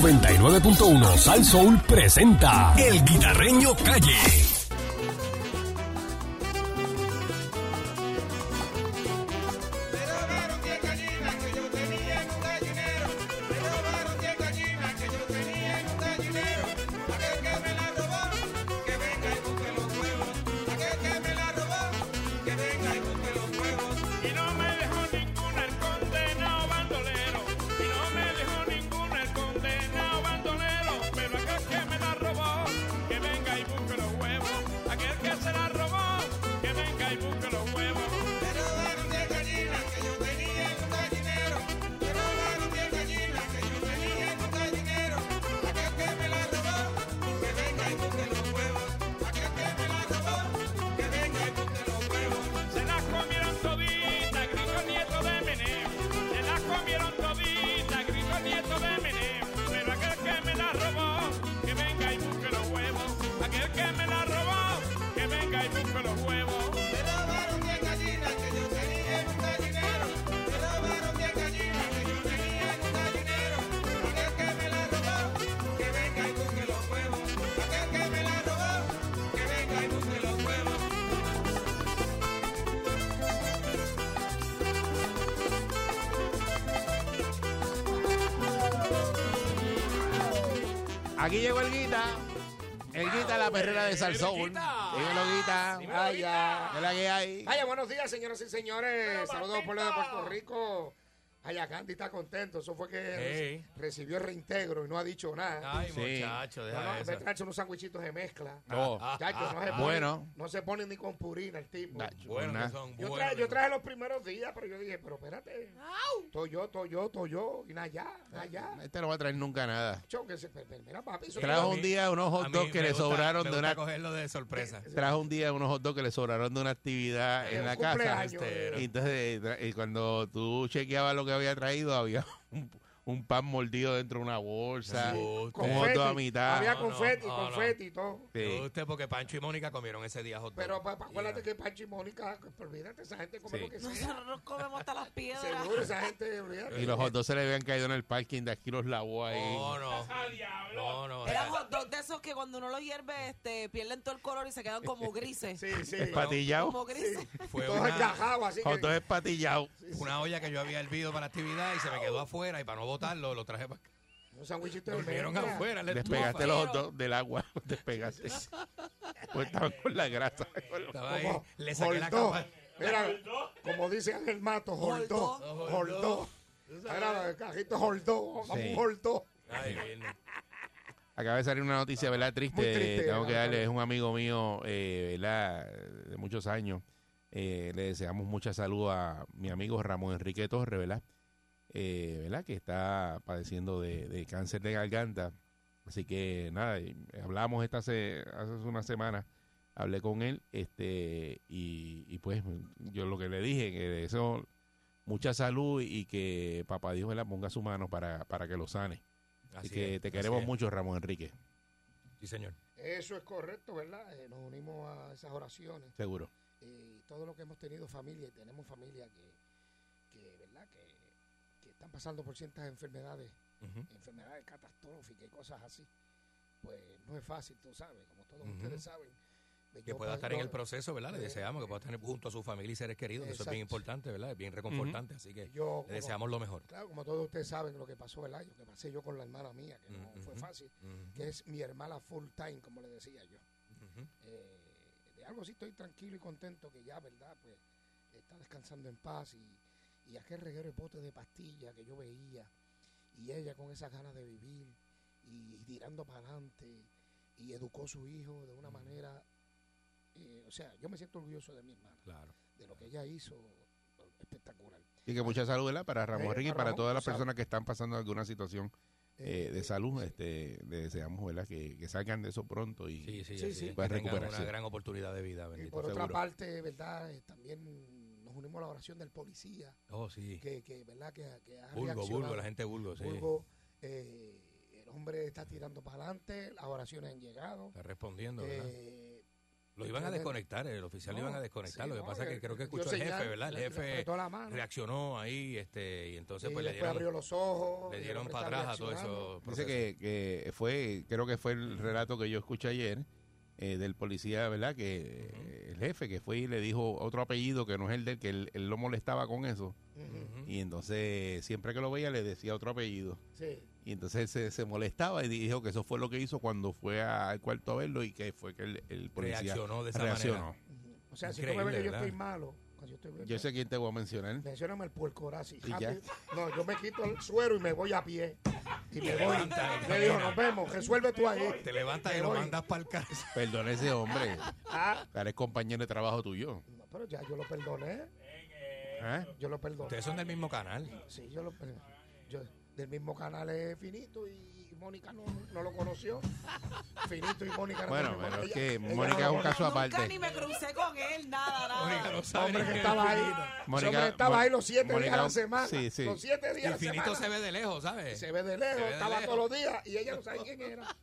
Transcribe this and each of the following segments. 99.1 Sal Soul presenta El Guitarreño Calle. Me robaron 10 gallinas que yo tenía en un gallinero. Me robaron 10 gallinas que yo tenía en un gallinero. Aquel que me la robó, que venga y busque los huevos. Aquel que me la robó, que venga y busque los huevos. Y no me dejó ninguna el condenado bandolero. Y no me dejó ninguna el condenado bandolero. Pero aquel que me la robó, que venga y busque los huevos. Aquel que se la robó, que venga y busque los huevos. Me robaron 10 gallinas que yo tenía en un gallinero. Me robaron 10 gallinas que yo tenía en un gallinero. Aquel que me la robó, que venga y busque los huevos. Aquel que me la robó, que venga y busque los huevos. Se las comieron toditas, gritó el nieto de Meneo. Se las comieron toditas, gritó el nieto de Meneo. Pero aquel que me la robó, que venga y busque los huevos. Aquel que me la robó, que venga y busque los huevos. Me robaron 10 gallinas que yo tenía en un gallinero. Me robaron 10 gallinas que yo tenía en un gallinero. Aquel que me la robó, que venga y busque los huevos. Aquel que me la robó, que venga y busque los huevos. Aquí llegó el guita. El guita, la perrera de Salsoul. Dímelo, guita. Dímelo, Ay, Guita. ¿Qué la que hay? Vaya, buenos días, señoras y señores. Saludos, pueblo de Puerto Rico. Vaya, Candy está contento. Eso fue que Hey. re- recibió el reintegro y no ha dicho nada. Ay, Sí. muchacho, No, no, deja me eso. trajo unos sandwichitos de mezcla. Oh, Chacho, no se pone, bueno. no se pone ni con purina el tipo. Nacho, Buenos na- que son, Yo, buenos traje, que yo son. traje los primeros días, pero yo dije, pero espérate. Estoy yo, estoy yo, estoy yo. Y nada, ya, nada, ya. Este no va a traer nunca nada. Chon, que se- Mira, papi, eso- Trajo A un mí- día unos A hot mí dogs que me le gusta- sobraron me de gusta una. cogerlo de sorpresa. Trajo un día unos hot dogs que le sobraron de una actividad en un la casa. cumpleaños. Y entonces, eh, tra- y cuando tú chequeabas lo que había traído, había un, un pan mordido dentro de una bolsa. Embuste. Como confeti. todo a mitad. Había No, no, confeti, no, no. confeti y todo. Sí. Me gusta porque Pancho y Mónica comieron ese día hot dog. Pero pa- pa- acuérdate Y- que Pancho y Mónica, que- pero olvídate, esa gente come Sí. lo que sea. Nosotros nos comemos hasta las piedras. Seguro, esa gente, olvídate. Y Eh, los hot dogs se le habían caído en el parking, de aquí los lavó ahí. No, Oh, no. No, no. Eran hot dogs de esos que cuando uno los hierve este, pierden todo el color y se quedan como grises. Sí, sí. Espatillado. Como grises. Fue Todos una, encajados, así Hot dogs que. espatillado. una olla que yo había hervido para la actividad y se me quedó afuera y para no botarlo lo traje para acá. Un sándwichito de Comieron mezcla. afuera. en la Despegaste estufa. los hot dogs del agua, despegaste. Pues estaban con la grasa. Estaba ahí, Como le saqué la holdó. capa. Mira, como dice Ángel Mato, holdó, Holdó. holdó. Mira, el cajito holdó, vamos Sí. holdó. Ay, viernes. Acaba de salir una noticia, ¿verdad? Triste. Muy triste, Tengo que ¿verdad? darle, es un amigo mío, eh, ¿verdad? De muchos años. Eh, le deseamos mucha salud a mi amigo Ramón Enrique Torres, ¿verdad? Eh, ¿Verdad? Que está padeciendo de, de cáncer de garganta. Así que nada, y hablamos esta hace, hace una semana, hablé con él, este, y, y pues yo lo que le dije, que de eso mucha salud y que papá Dios le ponga su mano para, para que lo sane. Así, que es, te queremos así es. mucho, Ramón Enrique. Sí, señor. Eso es correcto, ¿verdad? Eh, nos unimos a esas oraciones. eh, Seguro. Y todo lo que hemos tenido familia y tenemos familia que, que ¿verdad? Que, que están pasando por ciertas enfermedades Ujú. enfermedades catastróficas y cosas así, pues no es fácil, tú sabes, como todos Ujú. ustedes saben. pues, Que yo pueda pa- estar en yo- el proceso, ¿verdad? Le Eh, deseamos que pueda estar junto a su familia y seres queridos. que Eso es bien Exacto. importante, ¿verdad? Es bien reconfortante. Así que Yo, le como, deseamos lo mejor. claro, como todos ustedes saben lo que pasó, ¿verdad? Yo que pasé yo con la hermana mía, que no fue Ujú. fácil, Ujú. que es mi hermana full time, como le decía yo. Ujú. Eh, de algo sí estoy tranquilo y contento que ya, ¿verdad? Pues está descansando en paz y, y aquel reguero de bote de pastilla que yo veía y ella con esas ganas de vivir y, y tirando para adelante y educó a su hijo de una manera, eh, o sea, yo me siento orgulloso de mi hermana, Claro. de lo que ella hizo, espectacular. Y que mucha salud, ¿verdad? Para Ramón Eh, Enrique y para para Ramón, todas las salud. personas que están pasando alguna situación eh, Eh, de salud. sí. Este, le deseamos, ¿verdad? Que, que salgan de eso pronto y Sí, sí, Sí, así sí. es. Pues Que tengan una recuperación. gran oportunidad de vida, Y bendito. por otra seguro. parte, ¿verdad? Eh, también nos unimos a la oración del policía, Oh, sí. que, que ¿verdad? Que, que ha Vulgo, vulgo, reaccionado. la gente vulgo, Pues sí. Burgo, eh, el hombre está tirando para adelante, las oraciones han llegado. Está respondiendo, ¿verdad? Eh, Lo iban a desconectar, el oficial lo iban a desconectar. Sí, lo que no, pasa es que creo que dio escuchó al señal, jefe, ¿verdad? El le- le jefe apretó la mano. reaccionó ahí este, y entonces y pues le después abrió dieron, los ojos. le y el dieron hombre para está atrás a todo reaccionando. eso. Dice que, que fue, creo que fue el relato que yo escuché ayer eh, del policía, ¿verdad? Que eh, el jefe que fue y le dijo otro apellido que no es el de él, que él, él lo molestaba con eso. Ujú, Y entonces siempre que lo veía le decía otro apellido. Sí. Y entonces él se, se molestaba y dijo que eso fue lo que hizo cuando fue a- al cuarto a verlo y que fue que el, el policía Reaccionó de esa manera. ujú. O sea, si tú me Increíble, ves que yo ¿verdad? estoy malo, cuando yo estoy Yo sé quién te voy a mencionar. Mencióname el puercoraz y Y ya. rápido. No, yo me quito el suero y me voy a pie. Y me voy. levanta, Me camina. dijo, nos vemos, resuelve tú ahí. Te levantas y Me lo voy. mandas para el casa. Perdona a ese hombre. Ah, Ahora es compañero de trabajo tuyo. no, pero ya yo lo perdoné. ¿Eh? Yo lo perdoné. Ustedes son del mismo canal. Sí, yo lo perdoné. Yo, del mismo canal es Finito y Mónica no, no lo conoció. Finito y Mónica no Bueno, lo pero es ella- que ella no Mónica es lo un conoció. caso Nunca ni aparte. me crucé con él, nada, Mónica no nada. sabe hombre ni que qué estaba es ahí. Finito. Ese Mónica- hombre estaba ahí los siete Mónica- días a la semana. Sí, sí. Los siete días a la Infinito semana. se ve de lejos, Y ¿sabes? se ve de lejos, Se ve de estaba lejos. todos los días y ella no sabía quién era.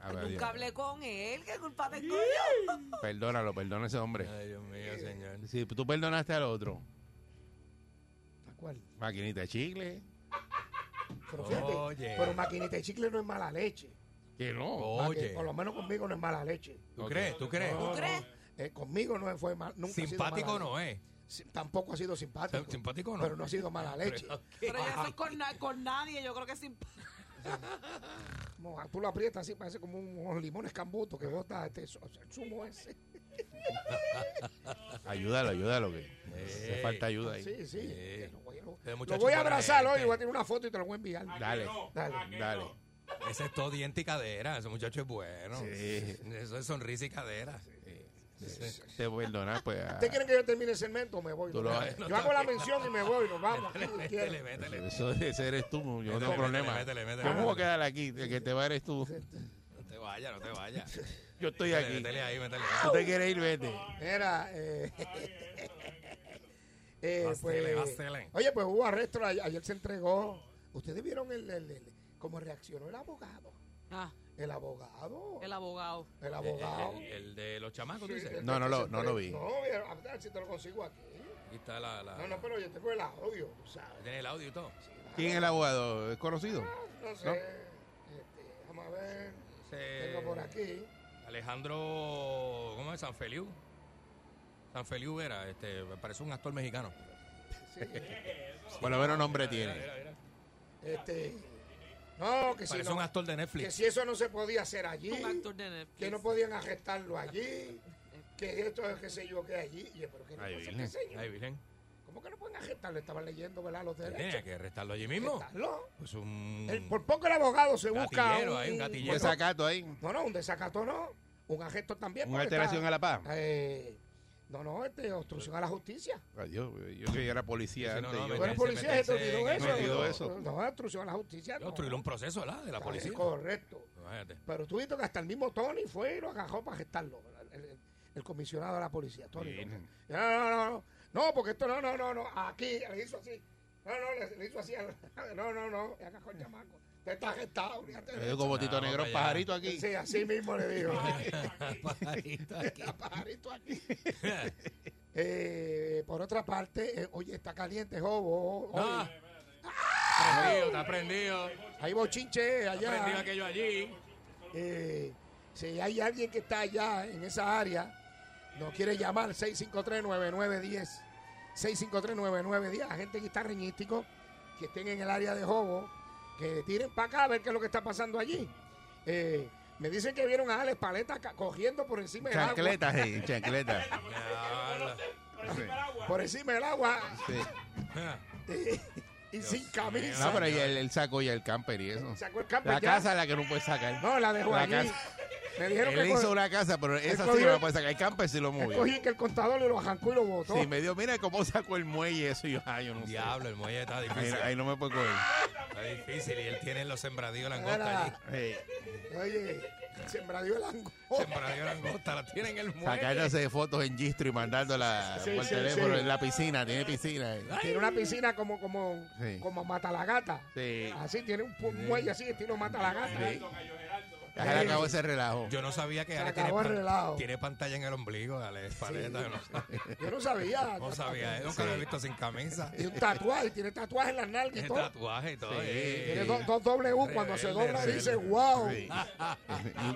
A ver, Dios. Nunca hablé con él, qué culpa tengo yo. Perdónalo, perdona a ese hombre. Ay, Dios mío, señor. Si tú perdonaste al otro, ¿A cuál? maquinita de chicle, Pero fíjate, Oye. pero maquinita de chicle no es mala leche. que no. Porque Oye, Por lo menos conmigo no es mala leche. ¿tú Ok. crees? ¿Tú crees? ¿Tú crees? Eh, conmigo no fue mal, nunca ha sido Simpático mala no leche. es. Sí, Tampoco ha sido simpático. Simpático no. Pero no ha sido mala leche. Pero- Pero yo soy con, na- con nadie, yo creo que sin... Como ah, tú lo aprietas así, parece como unos limones cambotos que bota este su- el zumo ese. Ayúdalo, ayúdalo. Que hace falta ayuda ahí. Sí, sí. Eh. Sí. Lo voy, a- lo- Este lo muchacho voy a buena abrazar gente. hoy, voy a tener una foto y te la voy a enviar. Dale, Dale. dale. Ese es todo diente y cadera. Ese muchacho es bueno. Sí. Eso es sonrisa y cadera. Te perdonas, pues. a- ¿Ustedes quieren que yo termine el segmento o me voy? Tú lo vas- yo hago la mención y me voy, nos vamos. aquí, Métele, quieren. métele. Eso de ese eres tú, yo no tengo Métele, problema. métele, métele, Yo me voy a métele. quedar aquí, el que te va eres tú. No te vayas, no te vayas. Yo estoy Métele, aquí. Métele ahí, métele. Si usted quiere ir, vete. Era, eh, eh, Hacele, pues, hacele. oye, pues hubo arresto, a- ayer se entregó. Ustedes vieron el, el- el- cómo reaccionó el abogado. Ah, El abogado. el abogado. El abogado. Eh, El, el de los chamacos, tú dices. Sí, No, no lo- no lo vi. No, mira, a ver si te lo consigo aquí. Aquí está la. la Ah. No, no, pero yo tengo el audio, tú ¿sabes? Tiene el audio y todo. ¿Quién es el abogado? ¿Es conocido? No sé. ¿No? este, vamos a ver. Ese- Tengo por eh, aquí. Alejandro. ¿Cómo es? Sanfeliu. Sanfeliu era. Este, me parece un actor mexicano. Por lo menos nombre tiene. Mira, mira. Este. No, que si, eh, Parece no- un actor de que Netflix. si eso no se podía hacer allí. Un actor de Netflix. que no podían arrestarlo allí, que esto es qué sé yo que allí. Oye, pero qué le Ay, pasa a Virgen. este señor? Ay, Virgen. ¿Cómo que no pueden arrestarlo? Estaban leyendo, ¿verdad? Los derechos. Tiene que arrestarlo allí mismo. Arrestarlo. Pues Mm. un. El- por poco el abogado se busca. Gatillero ahí, un Un gatillero. desacato ahí. No, no, un desacato no. Un arresto también. Una porque alteración está- a la paz. eh, no, no, este, obstrucción a la justicia. Ay, yo, yo que yo era policía Sí, no, antes. no, yo- Tú Meterse, eres policía, se te meterse olvidó en- eso. me olvidó eso. No, obstrucción a la justicia. Yo no. obstruir un proceso, ¿verdad? De Está la bien, policía. Correcto. Imagínate. Pero tú viste que hasta el mismo Tony fue y lo agarró para gestarlo. El, el- el comisionado de la policía, Tony. Bien. López. No, no, no, no. No, porque esto no, no, no, no. Aquí le hizo así. No, no, le, le hizo así. al- No, no, no. Y agarró el chamaco. Te está gestado. olvídate de pues, yo eso. como Tito Vamos Negro, "Ah, allá. pajarito aquí. Sí, así mismo le digo. Pajarito aquí. Pajarito aquí. Eh, por otra parte, eh, oye, está caliente, Jobo. Oye, No. Prendido, está prendido. Hay bochinche Está prendido allá. aquello allí. Eh, si hay alguien que está allá en esa área, nos quiere llamar 653-9910. 653-9910. La gente que está reñístico, que estén en el área de Jobo, que tiren para acá a ver qué es lo que está pasando allí. Eh, me dicen que vieron a Alex Paleta ca- cogiendo por encima del agua. Chancletas, sí, chancletas. Ya, Por encima del agua Sí. la- eh, y sin camisa. No, pero y el, el saco y el camper y eso. Sacó el camper La ya. casa es la que no puede sacar. No, la dejó La allí. casa. Me dijeron Él que hizo co- una casa, pero esa sí cogió- no la puede sacar. El camper sí lo movió. cogí que el contador y lo arrancó y lo botó. Sí, me dio, mira cómo sacó el muelle y eso. Y yo, ay, yo no sé. Diablo, el muelle está Ahí, eh. difícil. ahí no me puedo coger. Está difícil. Y él tiene los sembradíos de langosta allí. Era- Hey, Oye, sembradío el angosto. Sembradíos de langosta, la tienen en el muelle. sacándose fotos en Gistro y mandándola Sí, por sí, teléfono sí. en la piscina. Tiene piscina. eh. Tiene una piscina como, como, Sí. como mata la gata. Sí. Así tiene un pu- muelle así, estilo mata la gata. Sí. Ya se le acabó ese relajo. Yo no sabía que Se Ale tiene, acabó el pan- relajo. tiene pantalla en el ombligo, Ale Espaleta. Sí. No, Yo no sabía. no sabía, eh, nunca lo he visto sin camisa. Y un tatuaje, tiene tatuaje en las nalgas y Tiene todo. tatuaje y todo. Sí. eh. Tiene dos dos W, cuando se Rebelde, dobla rebelde. dice wow. Sí.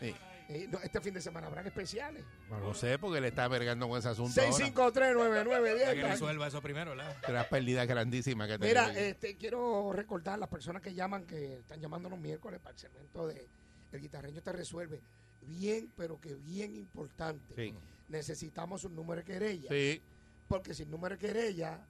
Sí. Eh, no, este fin de semana habrán especiales. No lo sé, porque le está vergando con ese asunto. ahora. 6539910. Hay que resuelva eso primero, ¿verdad? De las pérdidas grandísimas que Mira, tenía. este, quiero recordar a las personas que llaman, que están llamando los miércoles para el segmento de El Guitarreño te resuelve. Bien, pero que bien importante. Sí. Necesitamos un número de querella. Sí. Porque sin número de querella,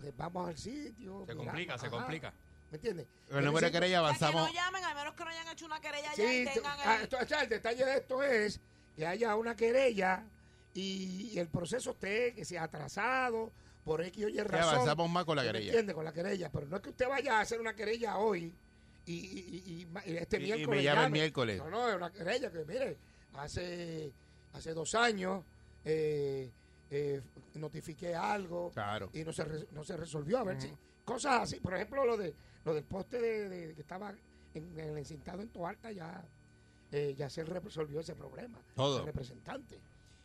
pues vamos al sitio. Se miramos, complica, se ajá, complica. ¿Me entiendes? Con el número de querella O sea, que no avanzamos. llamen, a menos que no hayan hecho una querella ya Sí, y tengan ah, el... esto- o sea, el detalle de esto es que haya una querella y, y el proceso esté que sea atrasado por X o Y Que razón. avanzamos más con la ¿Me querella. entiende? Con la querella. Pero no es que usted vaya a hacer una querella hoy y, y- y- y ma- y Y- este y miércoles. me llama el llame. miércoles. No, no, es una querella que, mire, hace, hace dos años eh, eh, notifiqué algo Claro. y no se, re- no se resolvió. A ver si. Cosas así. Por ejemplo, lo, de, lo del poste de, de- que estaba en, en el encintado en Toalta ya. eh, ya se resolvió ese problema. Todo. El representante.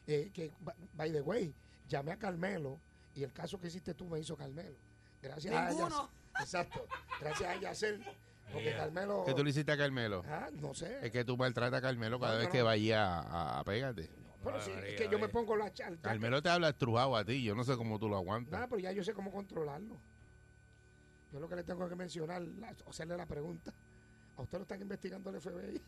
Eh, que, by- by the way, llamé a Carmelo y el caso que hiciste tú me hizo Carmelo. Gracias a Ninguno. ella. Exacto. Gracias a Yacel. Porque Yeah. Carmelo. ¿Qué tú le hiciste a Carmelo? Ah, no sé. Es que tú maltratas a Carmelo cada No, vez no, que no. vaya a, a pégate. Bueno, sí, María, es que yo me eh. pongo la charla. Carmelo te habla estrujado a ti. Yo no sé cómo tú lo aguantas. Nada, pero ya yo sé cómo controlarlo. Yo lo que le tengo que mencionar, la- hacerle la pregunta. A usted lo están investigando el FBI.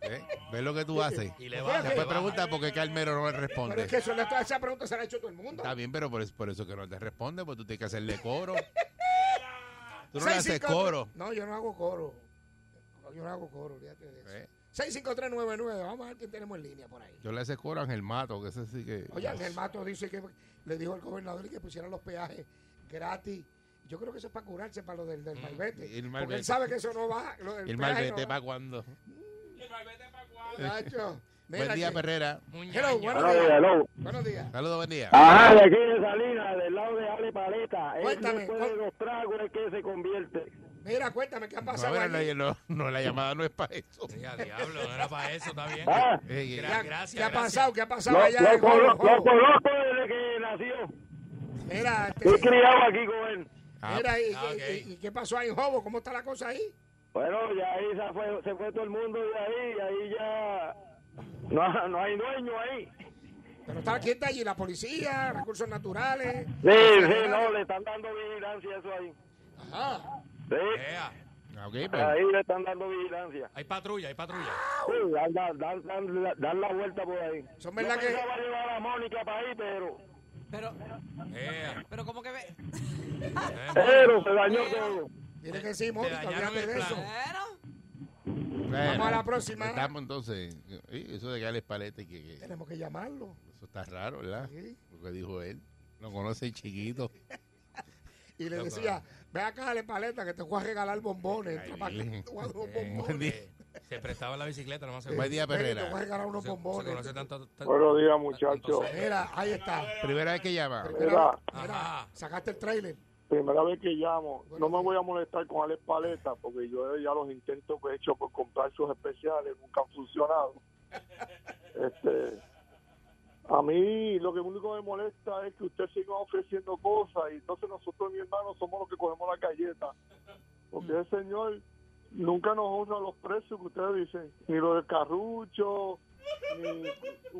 ¿eh? ¿Ves lo que tú haces? Y le Bueno, baja, le Después baja. pregunta por qué Carmelo no le Pero responde. es que eso, le- esa pregunta se la ha hecho todo el mundo. Está bien, pero por eso, por eso que no te responde, porque tú tienes que hacerle coro. Tú no le Seis, haces cinco, coro. tres- No, yo no hago coro. Yo no hago coro, olvídate de eso. ¿eh? 65399, vamos a ver quién tenemos en línea por ahí. Yo le haces coro a Ángel Mato, que ese sí que... Oye, Ángel Mato dice que le dijo al gobernador que pusieran los peajes gratis. Yo creo que eso es para curarse, para lo del, del malvete. Mm, el Porque malvete. él sabe que eso no va. Lo del El peaje malvete no para cuando. va. Nacho, mira Buen día, que- Perrera. Hello, Muñaño. buenos Buenos días, días. hello. Buenos días. Saludos, buen día. Ajá, de aquí de Salinas, del lado de Ale Paleta. Él Cuéntame, después ¿cuál- de los tragos es que se convierte. Mira, cuéntame qué ha No, pasado. pero allí? la, no, no, la llamada no es para eso. Sí, a diablo, no era para eso, está bien. Ah. Ey, ey, ¿Qué ha- Gra- gracias, ¿Qué ha gracias. pasado? ¿Qué ha pasado Lo, allá? lo en cono- Guanajuato? lo conozco desde que nació. Mira, Fui este, criado aquí con él. Ah, mira, y, ah, y- ok. y- y qué pasó ahí en Jobo? ¿Cómo está la cosa ahí? Bueno, ya ahí se fue, se fue todo el mundo de ahí. y Ahí ya no, no hay dueño ahí. Pero está, ¿quién está allí? ¿La policía? ¿Recursos naturales? Sí, sí, no, le están dando vigilancia a eso ahí. Ajá. Sí, Ea, ah, ok, pues. ahí le están dando vigilancia. Hay patrulla, hay patrulla. Sí, dan, dan- dan- dan la- dan la vuelta por ahí. Son verdad Yo que- pensaba llevar a Mónica para ahí, pero... Pero, Ea, pero como que... ve- eh, Pero se dañó todo. Tiene que sí, Mónica, dañaron olvídate el de plan. eso. Bueno, Bueno, a la próxima. Estamos entonces. eh, Eso de que Alex Palete, que, que- Tenemos que llamarlo. eso está raro, ¿verdad? Sí. Lo que dijo él. Lo conoce el chiquito. Y le decía, ve acá, le paleta, que te voy a regalar bombones. Ay, Entra pa' acá, bien. te voy a dar unos Eh, Buen bombones. día. eh, se prestaba la bicicleta, no más se Buen día, Ven, Te Perrera. voy a regalar unos se- se conoce bombones. tanto- tan- Buenos días, tanto- muchachos. Mira, ahí está. Primera vez que llama. Mira, Ajá. mira, sacaste el trailer. Primera vez que llamo. No me voy a molestar con Alex Paleta, porque yo ya los intentos que he hecho por comprar sus especiales nunca han funcionado. Este, a mí lo que único me molesta es que usted siga ofreciendo cosas y entonces nosotros, mi hermano, somos los que cogemos la galleta. Porque el señor nunca nos honra los precios que ustedes dicen, ni lo del carrucho, ni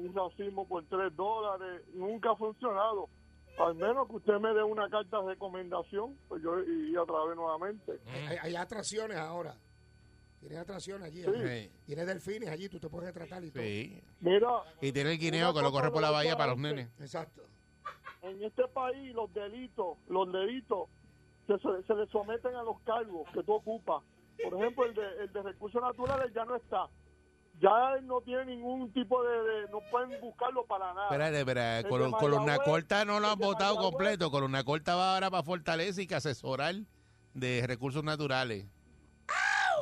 un racimo por tres dólares, nunca ha funcionado. Al menos que usted me dé una carta de recomendación, pues yo iría otra vez nuevamente. Mm. Hay, hay atracciones ahora. Tienes atracciones allí. Sí. ¿eh? Sí. Tienes delfines allí, tú te puedes retratar y todo. sí. Mira, Y tiene el guineo que lo corre por la bahía para los nenes. Exacto. en este país los delitos, los delitos que se, se le someten a los cargos que tú ocupas. Por ejemplo, el de, el de recursos naturales ya no está. Ya él no tiene ningún tipo de... de- no pueden buscarlo para nada. Espérate, espérate. Ese Colo- Mayagüez, columna corta no lo han ese votado Mayagüez. completo. Columna corta va ahora para Fortaleza y que asesorar de recursos naturales.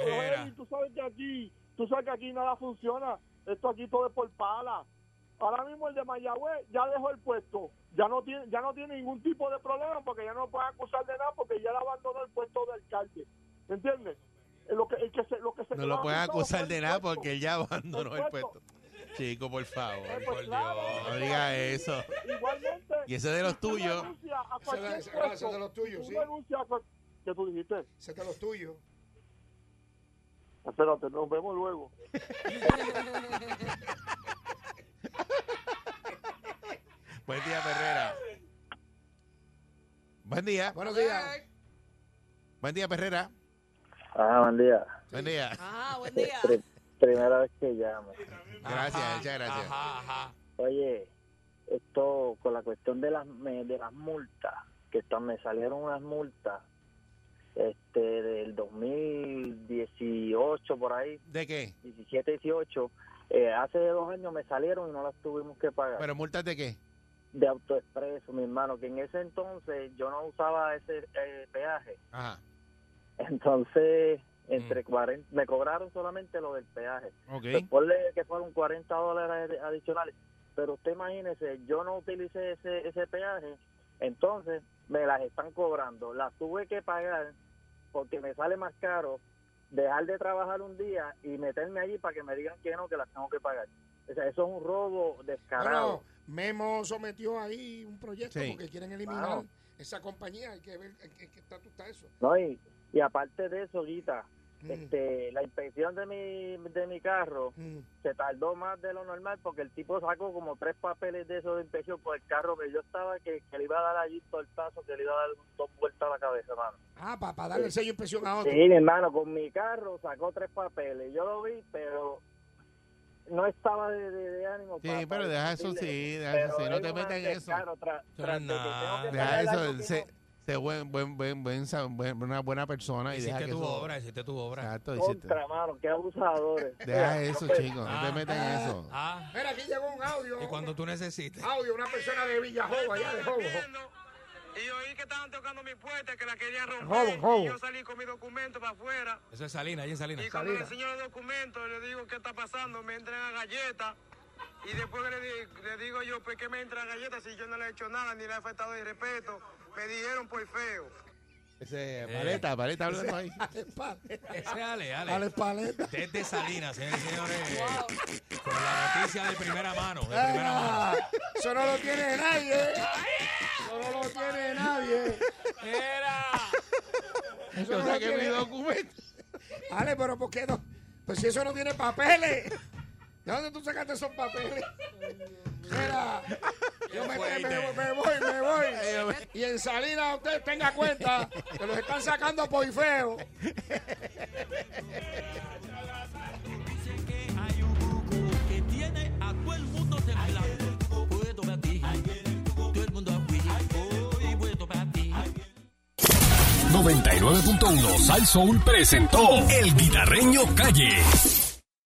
Mira. Joel, tú sabes que aquí, tú sabes que aquí nada funciona. Esto aquí todo es por pala. Ahora mismo el de Mayagüez ya dejó el puesto. Ya no tiene, ya no tiene ningún tipo de problema porque ya no puede acusar de nada porque ya le abandonó el puesto de alcalde. ¿Entiendes? lo que, el que se, lo que se No quedó lo pueden acusado acusar fue de el nada cuerpo. Eh, porque él ya abandonó el puesto. puesto. Chico, por favor. Eh, pues, por claro, Dios. No diga eso. Igualmente. Y ese de los tuyos. Tú renuncias a Ese cualquier era- ese era- ese puesto. de los tuyos, Tú sí. renuncias a cual- ¿Qué tú dijiste? Ese es de los tuyos. Espérate, nos vemos luego. Buen día, Perrera. Buen día. Buenos días. Buen día, Perrera. Ah, buen día. Buen día. Ajá, Ah, buen día. Pri- primera vez que llamo. Gracias, muchas gracias. Ajá, ajá. Oye, esto con la cuestión de las me- de las multas, que están, me salieron unas multas este del 2018 por ahí, ¿De qué? 17, 18, eh, hace dos años me salieron y no las tuvimos que pagar. ¿Pero multas de qué? de autoexpreso, mi hermano, que en ese entonces yo no usaba ese eh, peaje. Ajá. Entonces, entre 40, me cobraron solamente lo del peaje. Ok. Pues ponle que fueron 40 dólares adi- adicionales. Pero usted imagínese, yo no utilicé ese, ese peaje, entonces me las están cobrando. Las tuve que pagar porque me sale más caro dejar de trabajar un día y meterme allí para que me digan que no, que las tengo que pagar. O sea, eso es un robo descarado. Bueno, Memo sometió ahí un proyecto Sí. porque quieren eliminar Wow. esa compañía. Hay que ver en qué en qué estatus está eso. ¿no? Y, y aparte de eso, Guita, Mm, este, la inspección de mi, de mi carro mm. se tardó más de lo normal porque el tipo sacó como tres papeles de eso de inspección por el carro que yo estaba que, que le iba a dar allí todo el paso, que le iba a dar dos vueltas a la cabeza, hermano. Ah, para darle el sello de inspección a otro. Sí, mi hermano, con mi carro sacó tres papeles. Yo lo vi, pero no estaba de, de- de ánimo. Sí, para- pero para deja eso discutirle. sí, deja eso Pero sí, no es te una metas en eso. descaro, tra- no tras es de que tengo nada. que Deja pagar eso, pues, algo que sé, no- sé buen, buen, buen, buen, sa- buen- una buena persona y deja Hiciste que tu eso- obra, hiciste tu obra. Exacto, hiciste. Contra, mano, qué abusadores. Deja eso, chicos, no te Ah. metas en eso. Ah, Mira, aquí llegó un audio. y cuando tú necesites. Audio, una persona de Villajoba, allá de Jobo. Y oí que estaban tocando mi puerta, que la querían Jobo, jobo. Y yo salí con mi documento para afuera. Eso es Salina, ahí en Salina. Y cuando le Salida. enseño los documentos, le digo qué está pasando, me entregan galletas. Y después que le, di- le digo yo, ¿por qué me entran galletas si yo no le he hecho nada, ni le he faltado de respeto? Me dijeron por feo. Ese, paleta, paleta, hablando ahí. Alex Paleta. Ese es Ale, Ale. Alex Paleta. Desde Salinas, señores y señores. Wow. Con la noticia de primera mano. De primera mano. Venga, Eso no lo tiene nadie. Eso no lo tiene nadie. Era. Eso Yo no lo saqué mi tiene- documento. Ale, pero ¿por qué no? Pues si eso no tiene papeles. ¿De dónde tú sacaste esos papeles? Mira, yo me, me- me- me voy, me voy. Y en salida usted tenga cuenta que los están sacando por feo. Dicen que hay un cucu que tiene a todo el mundo temblando. Puede tomar a ti. Todo el mundo a Hoy puede tomar a ti. 99.1 Sal Soul presentó El Guitarreño Calle.